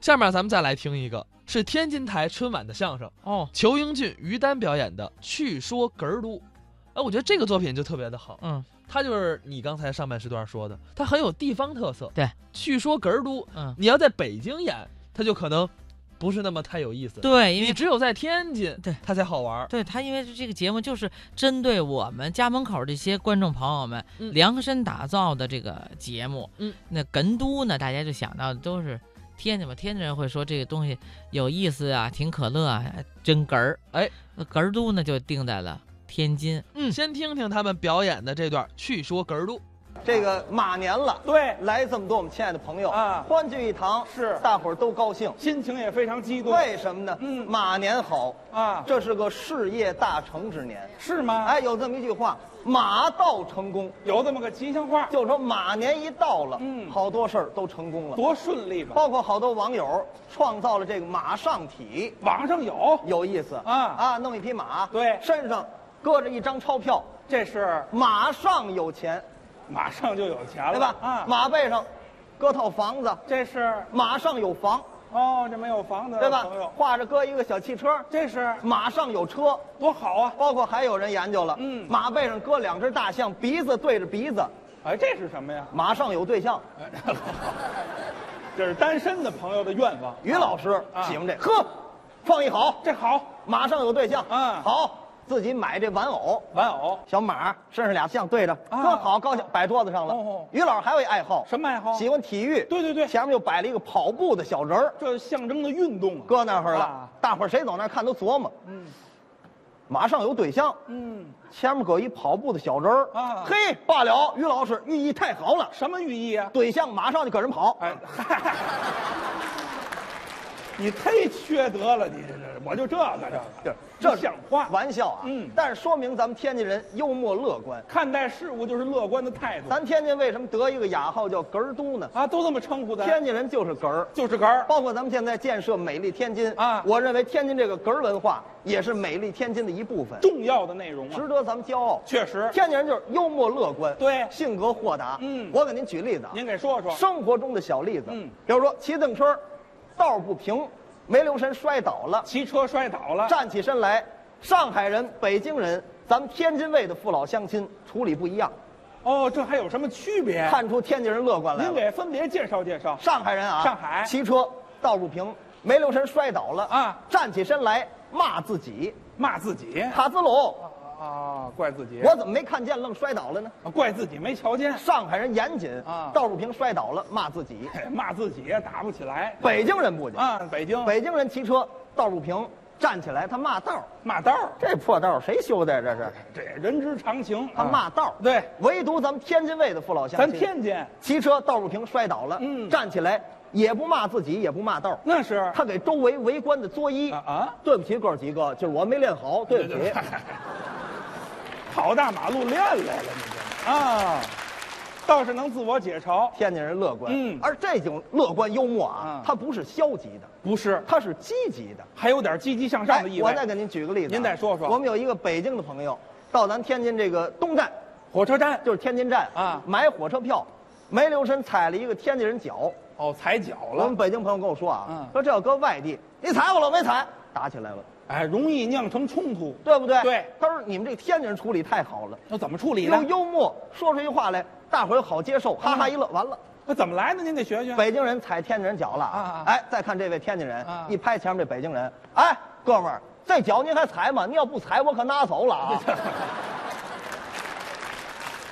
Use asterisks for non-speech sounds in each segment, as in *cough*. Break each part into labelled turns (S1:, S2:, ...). S1: 下面咱们再来听一个，是天津台春晚的相声，
S2: 哦，
S1: 裘英俊、于丹表演的《去说哏儿都》。哎，我觉得这个作品就特别的好，
S2: 嗯
S1: 它就是你刚才上半时段说的，它很有地方特色。
S2: 对，
S1: 《去说哏儿都》，
S2: 嗯，
S1: 你要在北京演，它就可能不是那么太有意思。
S2: 对，因
S1: 你
S2: 为
S1: 只有在天津，
S2: 对
S1: 它才好玩儿。
S2: 对他，因为这个节目就是针对我们家门口这些观众朋友们
S1: 嗯
S2: 量身打造的这个节目。
S1: 嗯，
S2: 那哏都呢，大家就想到的都是天津嘛，天津人会说这个东西有意思啊，挺可乐啊，真哏儿。
S1: 哎，
S2: 那哏儿都呢就定在了天津。嗯，
S1: 先听听他们表演的这段《去说哏儿都》。
S3: 这个马年了，
S4: 对，
S3: 来这么多我们亲爱的朋友
S4: 啊
S3: 欢聚一堂，
S4: 是
S3: 大伙儿都高兴。
S4: 心情也非常激动。
S3: 为什么呢？
S4: 嗯
S3: 马年好
S4: 啊
S3: 这是个事业大成之年。
S4: 是吗？
S3: 哎，，有这么一句话，马到成功，
S4: 有这么个吉祥话，
S3: 就是说马年一到了，
S4: 嗯
S3: 好多事儿都成功了，
S4: 多顺利吧？
S3: 包括好多网友创造了这个马上体，
S4: 网上有，
S3: 有意思
S4: 啊
S3: 啊，弄一匹马，
S4: 对
S3: 身上搁着一张钞票，
S4: 这是
S3: 马上有钱，
S4: 马上就有钱了，
S3: 对吧？
S4: 啊，
S3: 马背上搁套房子，
S4: 这是
S3: 马上有房。
S4: 哦，这没有房子
S3: 对
S4: 的
S3: 吧
S4: 朋友？，
S3: 画着搁一个小汽车，
S4: 这是
S3: 马上有车，
S4: 多好啊！
S3: 包括还有人研究了，
S4: 嗯
S3: 马背上搁两只大象，鼻子对着鼻子，
S4: 哎，这是什么呀？ *laughs*
S3: 马上有对象。
S4: 哎这是单身的朋友的愿望。
S3: 于老师
S4: 啊
S3: 喜欢这，呵，放一好，
S4: 这好，
S3: 马上有对象，
S4: 嗯
S3: 好，自己买这玩偶，
S4: 玩偶
S3: 小马身上俩象对着，
S4: 啊
S3: 呵，好高兴，摆桌子上了
S4: 哦。
S3: 于老师还有一爱好，
S4: 什么爱好？
S3: 喜欢体育，
S4: 对对对
S3: 前面就摆了一个跑步的小人儿，
S4: 这象征的运动啊。
S3: 搁那儿了
S4: 啊，
S3: 大伙儿谁走那儿看都琢磨，
S4: 嗯
S3: 马上有对象，
S4: 嗯，
S3: 前面搁一跑步的小人儿
S4: 啊
S3: 嘿，罢了，于老师寓意太好了，
S4: 什么寓意啊？
S3: 对象马上就搁人跑，
S4: 哎， *laughs* 嗨，你忒缺德了，你这这，我就这个这个，不像话。
S3: 玩笑啊，
S4: 嗯
S3: 但是说明咱们天津人幽默乐观。
S4: 看待事物就是乐观的态度
S3: 咱天津为什么得一个雅号叫哏儿都呢？
S4: 嗯啊，都这么称呼咱，
S3: 天津人就是哏儿，
S4: 就是杆儿。
S3: 包括咱们现在建设美丽天津
S4: 啊
S3: 我认为天津这个哏儿文化也是美丽天津的一部分，
S4: 重要的内容啊，
S3: 值得咱们骄傲。
S4: 确实。
S3: 天津人就是幽默乐观，
S4: 对
S3: 性格豁达。
S4: 嗯
S3: 我给您举例子啊，
S4: 您给说说，
S3: 生活中的小例子，
S4: 嗯
S3: 比如说骑自行车，道儿不平，没留神摔倒了，
S4: 骑车摔倒了，
S3: 站起身来，上海人、北京人，咱们天津卫的父老乡亲处理不一样，
S4: 哦，这还有什么区别？
S3: 看出天津人乐观来
S4: 哎您
S3: 了。
S4: 给分别介绍介绍。
S3: 上海人啊，
S4: 上海
S3: 骑车道不平，没留神摔倒了
S4: 啊，
S3: 站起身来骂自己，
S4: 骂自己
S3: 卡兹鲁，
S4: 啊，怪自己，
S3: 我怎么没看见，愣摔倒了呢？
S4: 啊怪自己没瞧见，
S3: 上海人严谨
S4: 啊
S3: 道不平摔倒了骂自
S4: *laughs*
S3: 己，
S4: 哎骂自己打不起来
S3: 北京人不行，
S4: 啊。北京
S3: 北京人骑车道不平，站起来他骂道儿，
S4: 骂道儿，
S3: 这破道儿谁修的呀？这是
S4: 这人之常情。
S3: 他骂道儿，
S4: 对，
S3: 唯独咱们天津卫的父老乡
S4: 咱
S3: 亲，
S4: 天津
S3: 骑车道不平摔倒了，
S4: 嗯
S3: 站起来也不骂自己，也不骂道儿，
S4: 那是
S3: 他给周围围观的作揖
S4: 啊啊
S3: 对不起，哥儿几个，就是我没练好，对不起。
S4: 跑大马路练来了，你这啊，倒是能自我解嘲，
S3: 天津人乐观，
S4: 嗯
S3: 而这种乐观幽默啊
S4: 嗯，
S3: 它不是消极的，
S4: 不是，
S3: 它是积极的。哎
S4: 还有点积极向上的意
S3: 我再
S4: 味。
S3: 给您举个例子啊，
S4: 您再说说
S3: 我们有一个北京的朋友，到咱天津这个东站，
S4: 火车站
S3: 就是天津站
S4: 啊
S3: 买火车票，没留神踩了一个天津人脚。
S4: 哦，踩脚
S3: 我
S4: 了
S3: 们，北京朋友跟我说啊，
S4: 嗯
S3: 说这要搁外地，你踩我了，我没踩，打起来了，
S4: 哎，容易酿成冲突。
S3: 对不对？
S4: 对。
S3: 他说你们这个天津人处理太好了，
S4: 那怎么处理呢嗯
S3: 又？幽默，说出一句话来，大伙儿又好接受，哈哈一乐，完了。
S4: 那怎么来的？您得学学。
S3: 北京人踩天津人脚了
S4: 嗯啊啊
S3: 哎，再看这位天津人
S4: 啊，
S3: 一拍前面这北京人，哎，哥们儿，这脚您还踩吗？你要不踩，我可拿走了
S4: *laughs*
S3: 啊！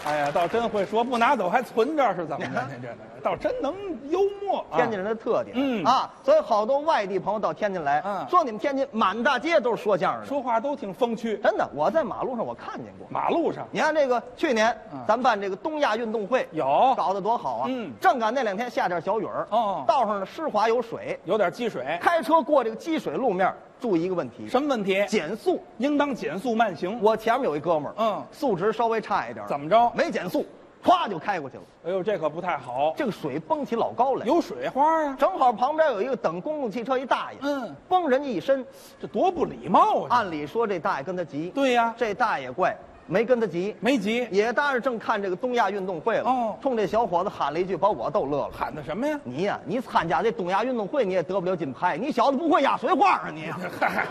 S4: 哎呀，倒真会说，不拿走还存着是怎
S3: *laughs*
S4: 么着？您这倒真能幽默。啊
S3: 天津人的特点，
S4: 嗯
S3: 啊，所以好多外地朋友到天津来，
S4: 嗯
S3: 说你们天津满大街都是说相
S4: 啊
S3: 声的，
S4: 说话都挺风趣，
S3: 真的，我在马路上我看见过。
S4: 马路上
S3: 你看这个去年
S4: 嗯
S3: 咱办这个东亚运动会，
S4: 有
S3: 搞得多好啊！
S4: 嗯
S3: 正赶那两天下点小雨儿，
S4: 哦
S3: 道上呢湿滑有水，
S4: 有点积水，
S3: 开车过这个积水路面，注意一个问题，
S4: 什么问题？
S3: 减速。
S4: 应当减速慢行。
S3: 我前面有一哥们儿，
S4: 嗯
S3: 素质稍微差一点儿，
S4: 怎么着？
S3: 没减速，咵就开过去了。
S4: 哎呦，这可不太好，
S3: 这个水蹦起老高来，
S4: 有水花啊！
S3: 正好旁边有一个等公共汽车一大爷，
S4: 嗯，
S3: 崩人家一身。
S4: 这多不礼貌啊！
S3: 按理说这大爷跟他急，
S4: 对呀，啊
S3: 这大爷怪，没跟他急，
S4: 没急，
S3: *laughs* 也当时正看这个东亚运动会了，
S4: 哦
S3: 冲这小伙子喊了一句，把我逗乐了。
S4: 喊的什么呀？ *laughs*
S3: 你呀、你参加这东亚运动会，你也得不了金牌，你小子不会压水花啊你！
S4: 嗨，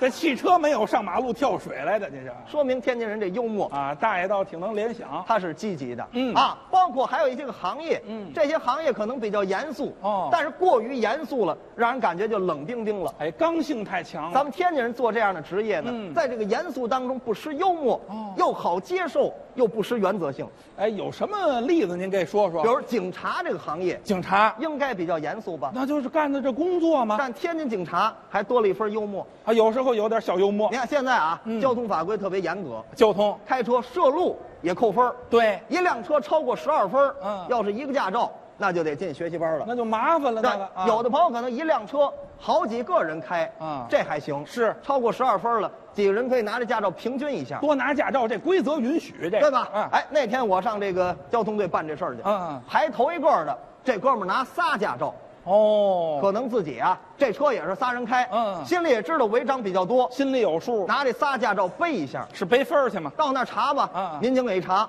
S4: 这汽车没有上马路跳水来的，这是
S3: 说明天津人这幽默，
S4: 啊，大爷倒挺能联想。
S3: 他是积极的，
S4: 嗯
S3: 啊，包括还有一些个行业，
S4: 嗯
S3: 这些行业可能比较严肃，
S4: 哦
S3: 但是过于严肃了，让人感觉就冷冰冰了。
S4: 哎，刚性太强
S3: 咱
S4: 了。
S3: 们天津人做这样的职业呢，
S4: 嗯
S3: 在这个严肃当中不失幽默，
S4: 哦
S3: 又好接受，又不失原则性。
S4: 哎，有什么例子您给说说？
S3: 比如警察这个行业，
S4: 警察，
S3: 应该比较严肃吧？
S4: 那就是干的这工作嘛。
S3: 但天津警察还多了一份幽默。
S4: 啊，有时候有点小幽默
S3: 你。看现在啊，
S4: 嗯
S3: 交通法规特别严格，
S4: 交通，
S3: 开车涉路也扣分儿
S4: 对，
S3: 一辆车超过十二分儿
S4: 嗯
S3: 要是一个驾照，那就得进学习班了。
S4: 那就麻烦了。那个
S3: 但有的朋友可能一辆车好几个人开，
S4: 啊
S3: 这还行，
S4: 是
S3: 超过十二分了，几个人可以拿着驾照平均一下，
S4: 多拿驾照，这规则允许这个，
S3: 对吧？
S4: 嗯，
S3: 哎，那天我上这个交通队办这事儿去，
S4: 嗯嗯
S3: 排头一个的这哥们儿拿仨驾照，可
S4: 哦，
S3: 能自己啊这车也是仨人开，
S4: 嗯嗯
S3: 心里也知道违章比较多，
S4: 心里有数，
S3: 拿这仨驾照背一下，
S4: 是背分儿去嘛？
S3: 到那儿查吧，
S4: 嗯嗯
S3: 民警给一查，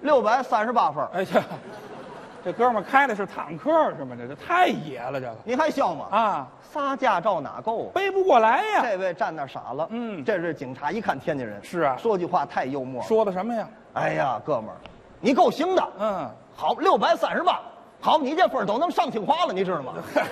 S3: 六百三十八分儿，
S4: 哎呀，这哥们儿开的是坦克是吗？这这太野了，这个
S3: 你还笑吗？
S4: 啊，
S3: 仨驾照哪够啊？
S4: 背不过来呀。
S3: 这位站那儿傻了，
S4: 嗯
S3: 这是警察，一看天津人，
S4: 是啊
S3: 说句话太幽默了。
S4: 说的什么呀？
S3: 哎呀，哥们儿，你够行的，
S4: 嗯，
S3: 好，六百三十八，好，你这分儿都能上清华了，你知道吗？
S4: 嗯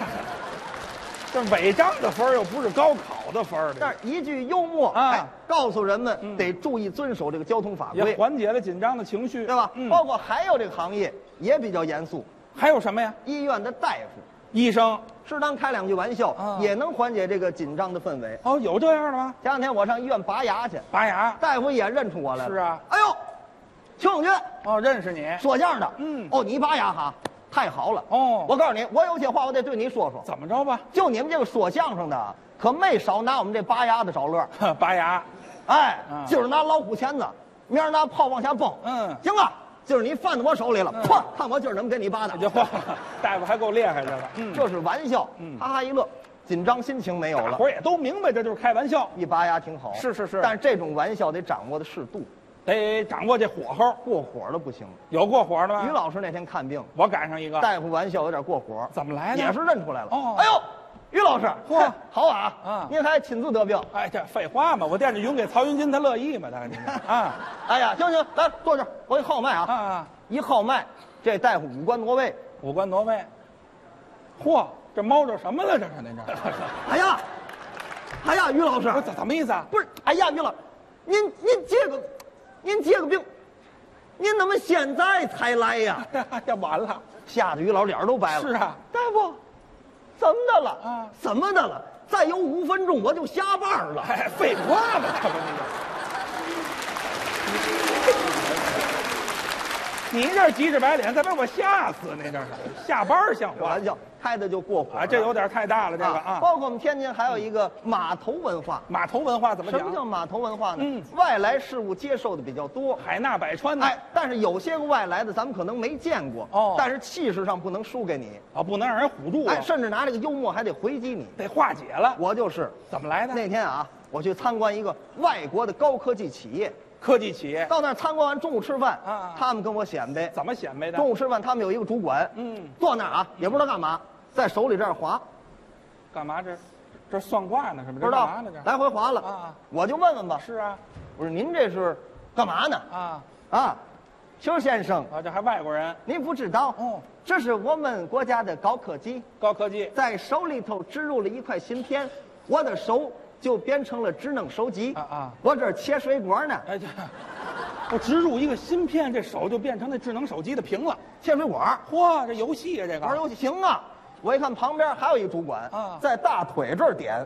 S4: 这违章的分儿又不是高考的分儿，
S3: *laughs*
S4: 这
S3: 但是一句幽默，
S4: 啊嗯
S3: 哎，告诉人们得注意遵守这个交通法规
S4: 也，缓解了紧张的情绪，
S3: 对吧？
S4: 嗯，
S3: 包括还有这个行业也比较严肃，
S4: 还有什么呀？
S3: 医院的大夫，
S4: 医生
S3: 适当开两句玩笑，
S4: 啊
S3: 也能缓解这个紧张的氛围。
S4: 哦，有这样的吗？
S3: 前两天我上医院拔牙去，
S4: 拔牙
S3: 大夫也认出我来了，
S4: 是啊
S3: 哎呦，邱永军。
S4: 哦，认识你
S3: 说相声的，
S4: 嗯
S3: 哦，你拔牙哈，太好了，
S4: 哦
S3: 我告诉你，我有些话我得对你说说，
S4: 怎么着吧？
S3: 就你们这个说相声的，可没少拿我们这拔牙的找乐儿，
S4: 呵拔牙，
S3: 哎，
S4: 啊
S3: 今儿拿老虎钳子，明儿拿炮往下崩，
S4: 嗯
S3: 行了，今儿你犯到我手里了，嚯、看我今儿能给你拔的，
S4: 这话大夫还够厉害这个，嗯，
S3: 这是玩笑，
S4: 嗯
S3: 哈哈一乐，紧张心情没有
S4: 大
S3: 了
S4: 伙，儿也都明白，这就是开玩笑，
S3: 一拔牙挺好，
S4: 是是是
S3: 但是这种玩笑得掌握的适度，
S4: 得掌握这火候。
S3: 过火了不行。
S4: 有过火的吗？
S3: 于老师那天看病，
S4: 我赶上一个，
S3: 大夫玩笑有点过火，
S4: 啊怎么来的？
S3: 也是认出来了。
S4: 哦
S3: 哎呦，于老师，
S4: 嚯
S3: 好啊！
S4: 啊
S3: 您还亲自得病。
S4: 哎，这废话嘛，我惦着匀给曹云金，他乐意嘛，大概您 *laughs* 这啊
S3: 哎呀，行行，来坐这儿，我给号脉
S4: 啊
S3: 啊！
S4: 啊，
S3: 一号脉，这大夫五官挪位。
S4: 五官挪位。嚯，这猫着什么了？这是
S3: *laughs*
S4: 您这，
S3: 哎呀，哎呀，于老师
S4: 我，怎怎么意思啊？ *laughs*
S3: 不是，哎呀，于老师，您您这个，您这个病，您怎么现在才来呀？
S4: 要完了，
S3: 吓得于老师脸儿都白了。
S4: 是啊，
S3: 大夫，怎么的了？
S4: 啊
S3: 怎么的了？再有五分钟我就下班了。
S4: 哎，废话嘛，这不 *laughs* 你这，你这急着白脸，再把我吓死，您这是下班儿像
S3: 开
S4: 话
S3: 玩笑，开的就过火了。
S4: 啊？这有点太大了，这个
S3: 啊，
S4: 啊，
S3: 包括我们天津还有一个码头文化。
S4: 码头文化怎么
S3: 什么叫
S4: 讲？
S3: 码头文化呢？
S4: 嗯
S3: 外来事物接受的比较多。
S4: 海纳百川呢？
S3: 哎，但是有些个外来的咱们可能没见过，
S4: 哦
S3: 但是气势上不能输给你，
S4: 啊，不能让人唬住
S3: 哎，
S4: 啊，
S3: 甚至拿这个幽默还得回击你。
S4: 得化解了。
S3: 我就是
S4: 怎么来的？
S3: 那天啊，我去参观一个外国的高科技企业，
S4: 科技企业
S3: 到那儿参观完中午吃饭，
S4: 啊啊
S3: 他们跟我显摆，
S4: 怎么显摆的？
S3: 中午吃饭他们有一个主管，
S4: 嗯，
S3: 坐那儿啊也不知道干嘛，在手里这儿划，
S4: 干嘛这？这算卦呢？是不是？
S3: 不知
S4: 这干
S3: 道
S4: 嘛呢？这
S3: 来回划
S4: 啊
S3: 了
S4: 啊，
S3: 我就问问吧，
S4: 是啊
S3: 我说您这是干嘛呢？
S4: 啊
S3: 啊，邱先生，
S4: 啊！这还外国人
S3: 您不知道，
S4: 哦
S3: 这是我们国家的高科技，
S4: 高科技
S3: 在手里头植入了一块芯片，我的手就变成了智能手机
S4: 啊啊！
S3: 我这儿切水果呢，
S4: 哎这，我植入一个芯片，这手就变成那智能手机的屏了。
S3: 切水果，
S4: 嚯，这游戏啊，这
S3: 玩
S4: 个
S3: 游戏行啊。我一看旁边还有一主管，
S4: 啊
S3: 在大腿这儿点，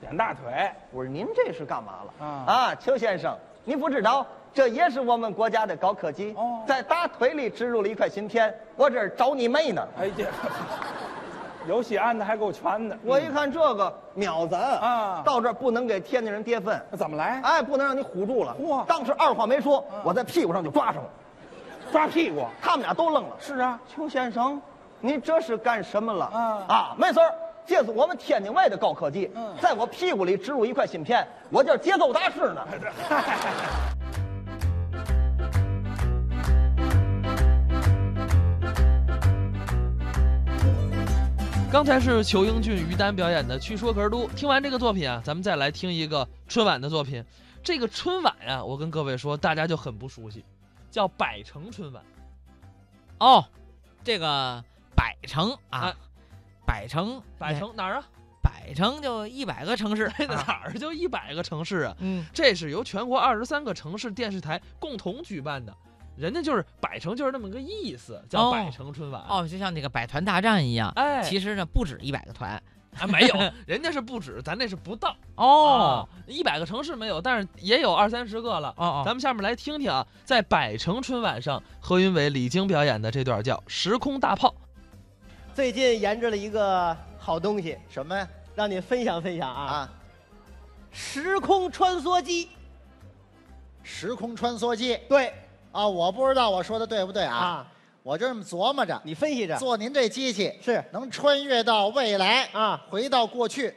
S4: 点大腿，
S3: 我说您这是干嘛了？
S4: 啊
S3: 啊，邱先生，您不知道。这也是我们国家的高科技，
S4: 哦
S3: 在大腿里植入了一块芯片，我这儿找你妹呢。
S4: 哎这， *laughs* 游戏安的还够全的。
S3: 我一看这个秒咱
S4: 啊
S3: 到这儿不能给天津人跌份，
S4: 嗯那怎么来？
S3: 哎，不能让你唬住了。
S4: 嚯嗯
S3: 当时二话没说，我在屁股上就抓上了，
S4: 抓屁股？
S3: 他们俩都愣了。
S4: 是啊，
S3: 邱先生，你这是干什么了？
S4: 啊
S3: 啊，没事儿，这是我们天津卫的高科技，
S4: 嗯
S3: 在我屁股里植入一块芯片，我这儿节奏大师呢。
S1: 刚才是裘英俊、于丹表演的《去说哏儿都》。听完这个作品啊，咱们再来听一个春晚的作品。这个春晚啊，我跟各位说，大家就很不熟悉，叫百城春
S2: 哎
S1: 晚。
S2: 哦，这个百城啊
S1: 啊，
S2: 百城，
S1: 百城哎哪儿啊？，
S2: 百城就一百个城市啊
S1: 哪儿就一百个城市啊？
S2: 嗯，
S1: 这是由全国二十三个城市电视台共同举办的，人家就是百城就是那么个意思，叫
S2: 哦
S1: 百城春晚。，
S2: 哦，就像那个百团大战一样，
S1: 哎，
S2: 其实呢不止一百个团
S1: 啊没有，人家是不止，咱那是不到
S2: 哦，
S1: 啊一百个城市没有，但是也有二三十个了。
S2: 哦哦，
S1: 咱们下面来听听啊，在百城春晚上，何云伟、李菁表演的这段叫《时空大炮》。
S5: 最近研制了一个好东西，
S6: 什么呀？
S5: 让你分享分享啊！
S6: 啊，
S5: 时空穿梭机，
S6: 时空穿梭机
S5: 对
S6: 啊！我不知道我说的对不对啊？
S5: 啊，
S6: 我就这么琢磨着，
S5: 你分析着，
S6: 做您这机器
S5: 是
S6: 能穿越到未来
S5: 啊
S6: 回到过去，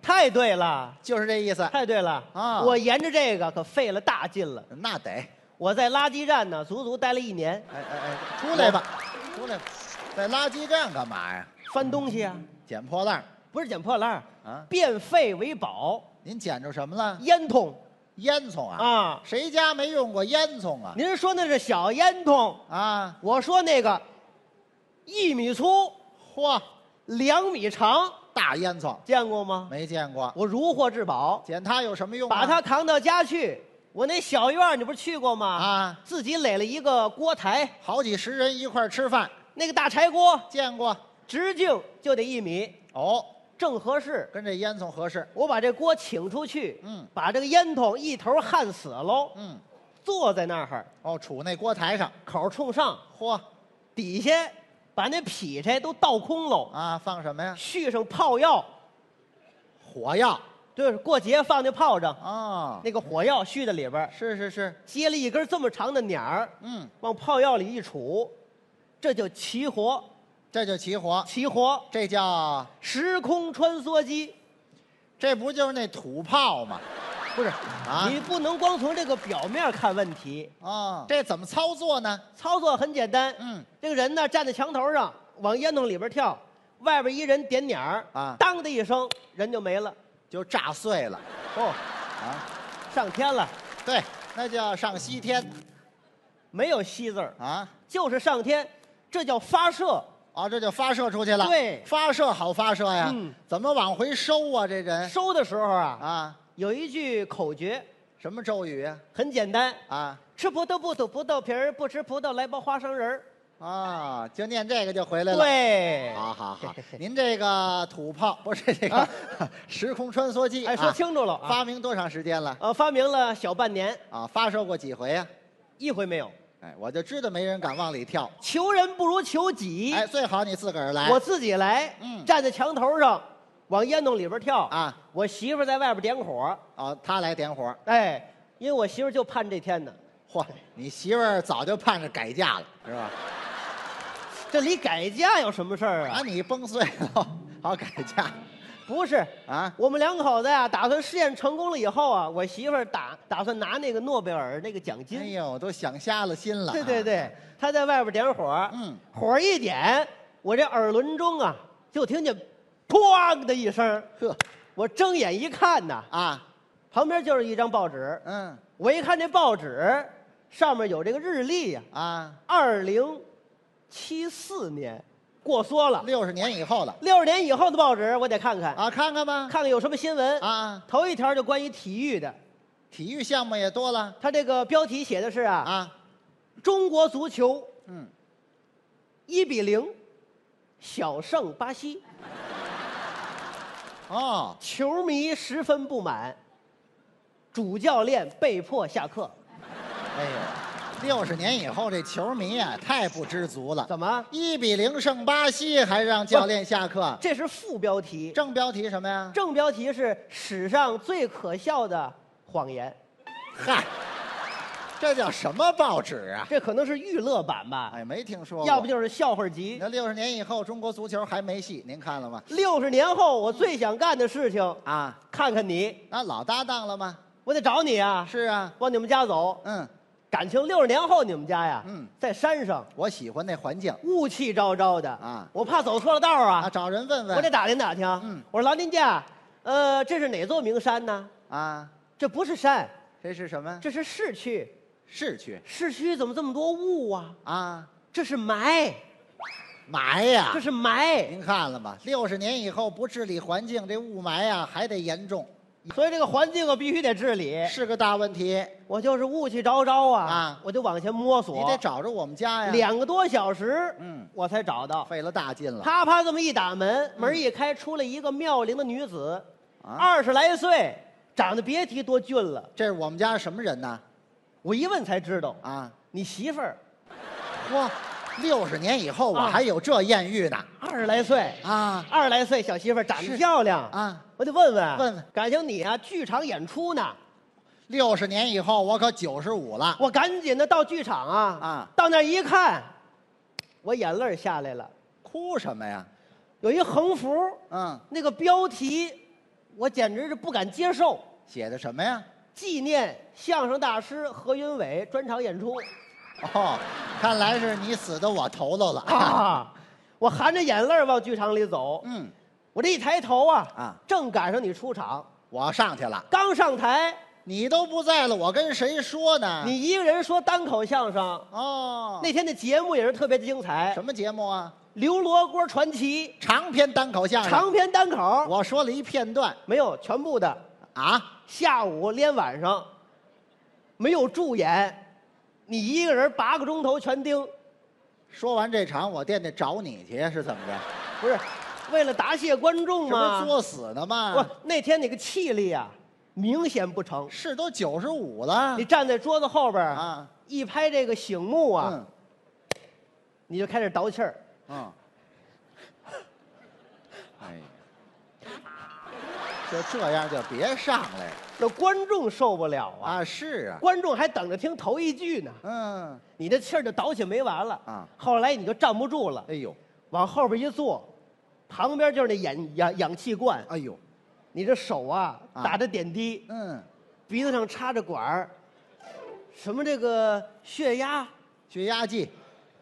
S5: 太对了，
S6: 就是这意思。
S5: 太对了
S6: 啊
S5: 我研制这个可费了大劲了，
S6: 那得，哎
S5: 我在垃圾站呢，足足待了一年，
S6: 哎哎，出来吧，出来吧，在垃圾站干嘛呀？
S5: 翻东西啊，
S6: 捡破烂儿
S5: 不是捡破烂儿
S6: 啊
S5: 变废为宝，
S6: 您捡着什么了？
S5: 烟筒
S6: 烟囱啊！
S5: 啊，
S6: 谁家没用过烟囱啊？
S5: 您说那是小烟筒，
S6: 啊，
S5: 我说那个一米粗，
S6: 嚯，
S5: 两米长，
S6: 大烟囱
S5: 见过吗？
S6: 没见过，
S5: 我如获至宝。
S6: 捡它有什么用啊？
S5: 把它扛到家去。我那小院儿你不是去过吗？
S6: 啊
S5: 自己垒了一个锅台，
S6: 好几十人一块儿吃饭，
S5: 那个大柴锅
S6: 见过
S5: 直径就得一米，
S6: 哦，
S5: 正合适。
S6: 跟这烟囱合适。
S5: 我把这锅请出去，
S6: 嗯
S5: 把这个烟筒一头焊死喽，
S6: 嗯，
S5: 坐在那儿，
S6: 哦，杵那锅台上，
S5: 口冲上，
S6: 嚯
S5: 底下把那劈柴都倒空喽，
S6: 啊，放什么呀？
S5: 续上炮药，
S6: 火药
S5: 就是过节放那炮仗，
S6: 啊，
S5: 那个火药续在里边儿，
S6: 是是是，
S5: 接了一根这么长的捻儿，
S6: 嗯，
S5: 往炮药里一杵，这就齐活，
S6: 这就起火，
S5: 齐活。
S6: 这叫
S5: 时空穿梭机，
S6: 这不就是那土炮吗？
S5: 不是
S6: 啊
S5: 你不能光从这个表面看问题，
S6: 啊，这怎么操作呢？
S5: 操作很简单。
S6: 嗯，
S5: 这个人呢站在墙头上，往烟囱里边跳，外边一人点鸟儿，
S6: 啊
S5: 当的一声，人就没了，
S6: 就炸碎了
S5: 哦，
S6: 啊，
S5: 上天了，
S6: 对，那叫上西天
S5: 没有西字儿，
S6: 啊。
S5: 就是上天，这叫发射。
S6: 哦，这就发射出去了。
S5: 对
S6: 发射好发射呀。
S5: 嗯
S6: 怎么往回收啊？这人
S5: 收的时候啊，
S6: 啊，
S5: 有一句口诀，
S6: 什么咒语啊？
S5: 很简单，
S6: 啊
S5: 吃葡萄不吐葡萄皮儿，不吃葡萄来包花生仁儿。
S6: 啊，就念这个就回来了。啊
S5: 对， *laughs*
S6: 好好好，您这个土炮不是这个、时空穿梭机，
S5: 啊哎，说
S6: 啊
S5: 清楚了啊，
S6: 发明多长时间了？
S5: 呃，发明了小半年，
S6: 啊，发射过几回呀、
S5: 一回没有。
S6: 哎，我就知道没人敢往里跳。
S5: 求人不如求己，
S6: 哎，最好你自个儿来。
S5: 我自己来，
S6: 嗯
S5: 站在墙头上，往烟囱里边跳
S6: 啊，
S5: 我媳妇儿在外边点火，
S6: 哦，他来点火。
S5: 哎，因为我媳妇儿就盼这天呢，
S6: 嚯，你媳妇儿早就盼着改嫁了，是吧？
S5: 这离改嫁有什么事儿
S6: 把
S5: 啊？
S6: 你崩碎了， *laughs* 好改嫁
S5: 不是，
S6: 啊？
S5: 我们两口子呀、打算试验成功了以后啊，我媳妇儿打打算拿那个诺贝尔那个奖
S6: 哎
S5: 金，
S6: 呦，我都想瞎了心了。啊
S5: 对对，对，她在外边点火，
S6: 嗯，
S5: 火一点，我这耳轮中啊，就听见哐的一声，
S6: 呵，
S5: 我睁眼一看呐，
S6: 啊，
S5: 旁边就是一张报纸，
S6: 嗯
S5: 我一看这报纸，上面有这个日历呀、
S6: 啊，
S5: 2二零七四年，过缩了。
S6: 六十年以后了
S5: 六十年以后的报纸我得看看，
S6: 啊，看看吧。
S5: 看看有什么新闻。
S6: 啊，
S5: 头一条就关于体育的，
S6: 体育项目也多了
S5: 它这个标题写的是啊，
S6: 啊。
S5: 中国足球
S6: 嗯，
S5: 一比零小胜巴西，
S6: 哦，
S5: 球迷十分不满，主教练被迫下课。
S6: 哎呦，六十年以后这球迷啊，太不知足了。
S5: 怎么？
S6: 一比零胜巴西，还让教练下课？
S5: 这是副标题。
S6: 正标题什么呀？
S5: 正标题是史上最可笑的谎言。
S6: 嗨，这叫什么报纸啊？
S5: 这可能是娱乐版吧，
S6: 哎，没听说过。
S5: 要不就是笑话
S6: 你
S5: 集。
S6: 这六十年以后，中国足球还没戏，您看了吗？
S5: 六十年后，我最想干的事情，
S6: 啊，
S5: 看看你，
S6: 那老搭档了吗？
S5: 我得找你啊，
S6: 是啊，
S5: 往你们家走。
S6: 嗯，
S5: 感情六十年后你们家呀，
S6: 嗯
S5: 在山上，
S6: 我喜欢那环境
S5: 雾气昭昭的
S6: 啊
S5: 我怕走错了道儿啊，
S6: 啊，找人问问。
S5: 我得打听打听啊。
S6: 嗯
S5: 我说劳您家，呃，这是哪座名山呢？
S6: 啊，
S5: 这不是山，
S6: 这是什么？
S5: 这是市区。
S6: 市区
S5: 市区怎么这么多雾啊？
S6: 啊，
S5: 这是霾，
S6: 霾呀、
S5: 这是霾。
S6: 您看了吗？六十年以后不治理环境，这雾霾呀、还得严重，
S5: 所以这个环境啊我必须得治理。
S6: 是个大问题。
S5: 我就是雾气昭昭啊，
S6: 啊
S5: 我就往前摸索。
S6: 你得找着我们家呀，
S5: 两个多小时，
S6: 嗯
S5: 我才找到。
S6: 费了大劲了。
S5: 啪啪这么一打门，门一开，出来一个妙龄的女子，
S6: 啊
S5: 二十来岁，长得别提多俊了。
S6: 这是我们家什么人呢？
S5: 我一问才知道，
S6: 啊，
S5: 你媳妇儿
S6: 嚯，六十年以后我
S5: 啊
S6: 还有这艳遇呢
S5: 二十来岁，
S6: 啊！
S5: 二十来岁小媳妇儿长得
S6: 是
S5: 漂亮
S6: 啊，
S5: 我得问问
S6: 问问，
S5: 感情你啊，剧场演出呢，
S6: 六十年以后我可九十五了，
S5: 我赶紧的到剧场啊，
S6: 啊
S5: 到那儿一看，我眼泪儿下来了，
S6: 哭什么呀？
S5: 有一横幅，
S6: 嗯，
S5: 那个标题，我简直是不敢接受，
S6: 写的什么呀？
S5: 纪念相声大师何云伟专场演
S6: *laughs*
S5: 出。
S6: 哦，看来是你死到我头头了
S5: 啊！我含着眼泪儿往剧场里走。
S6: 嗯，
S5: 我这一抬头啊，
S6: 啊
S5: 正赶上你出场，
S6: 我上去了，
S5: 刚上台，
S6: 你都不在了，我跟谁说呢？
S5: 你一个人说单口相声。
S6: 哦，
S5: 那天的节目也是特别精彩，
S6: 什么节目啊？
S5: 刘罗锅传奇
S6: 长篇单口相》声。
S5: 长篇单口，
S6: 啊我说了一片段
S5: 没有全部的，
S6: 啊，
S5: 下午连晚上，没有助演，你一个人八个钟头全盯，
S6: 说完这场我惦记找你去，是怎么着？
S5: 不是为了答谢观众
S6: 这不是
S5: 吗？
S6: 作死呢
S5: 不
S6: 吗？，
S5: 那天那个气力啊，明显不成。
S6: 是都九十五了
S5: 你站在桌子后边儿
S6: 啊，
S5: 一拍这个醒目啊，
S6: 嗯
S5: 你就开始倒气儿。
S6: 嗯，哎呀，就这样就别上来了
S5: 那观众受不了啊，
S6: 啊！是啊，
S5: 观众还等着听头一句呢，
S6: 嗯，
S5: 你这气儿就倒起没完了
S6: 啊
S5: 后来你就站不住了
S6: 哎，呦，
S5: 往后边一坐，旁边就是那氧氧氧气罐，
S6: 哎呦，
S5: 你这手啊
S6: 啊
S5: 打着点滴，
S6: 嗯，
S5: 鼻子上插着管儿，什么这个血压、
S6: 血压计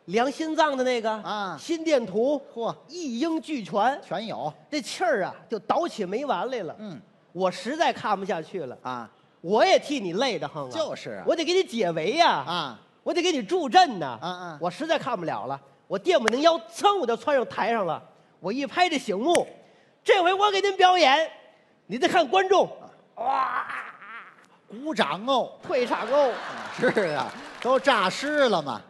S5: 量心脏的那个
S6: 啊
S5: 心电图，
S6: 嚯
S5: 一应俱全。
S6: 全有，
S5: 这气儿啊就倒起没完来了。
S6: 嗯，
S5: 我实在看不下去了，
S6: 啊
S5: 我也替你累得慌啊。
S6: 就是啊
S5: 我得给你解围呀、啊，
S6: 啊，
S5: 我得给你助阵呐、
S6: 啊啊
S5: 我实在看不了了，我电不灵腰，噌我就窜上台上了。我一拍这醒目，这回我给您表演，你再看观众
S6: 鼓掌哦，
S5: 退场哦，
S6: 是啊，都诈尸了嘛，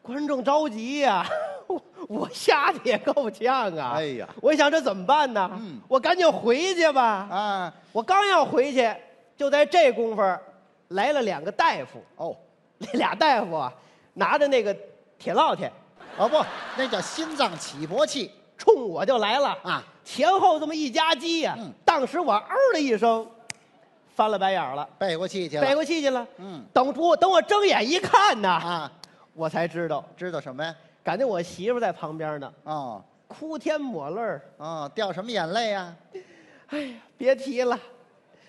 S5: 观众着急呀、 *laughs* 我我吓得也够呛啊！
S6: 哎呀
S5: 我一想这怎么办呢？
S6: 嗯
S5: 我赶紧回去吧。
S6: 啊，
S5: 我刚要回去，就在这功夫儿来了两个大夫， *laughs*
S6: 哦，
S5: 那俩大夫啊，拿着那个铁烙铁
S6: 哦不，那叫心脏起搏器
S5: 冲我就来了
S6: 啊，
S5: 前后这么一夹击呀、
S6: 嗯
S5: 当时我嗷的一声，翻了白眼儿了，
S6: 背过气去了，
S5: 背过气去了。
S6: 嗯
S5: 等我等我睁眼一看呐，
S6: 啊，
S5: 我才知道，
S6: 知道什么呀？
S5: 感觉我媳妇儿在旁边呢，
S6: 哦
S5: 哭天抹泪儿。
S6: 哦，掉什么眼泪啊？
S5: 别提了，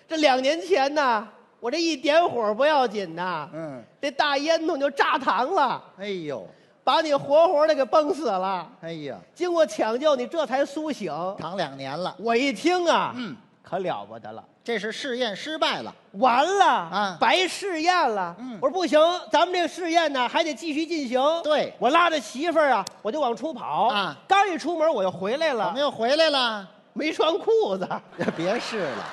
S5: 这两年前呐，我这一点火不要紧呐，
S6: 嗯，
S5: 这大烟囱就炸膛了。
S6: 哎呦，
S5: 把你活活的给崩死了。
S6: 哎呀，
S5: 经过抢救，你这才苏醒。
S6: 躺两年了，
S5: 我一听啊，
S6: 嗯
S5: 可了不得了，
S6: 这是试验失败了，
S5: 完了
S6: 啊
S5: 白试验了。
S6: 嗯
S5: 我说不行，咱们这个试验呢还得继续进行。
S6: 对
S5: 我拉着媳妇儿啊，我就往出跑。
S6: 啊
S5: 刚一出门我就回来
S6: 我
S5: 了
S6: 们，又回来了， *laughs*
S5: 没穿裤子。
S6: 别试了，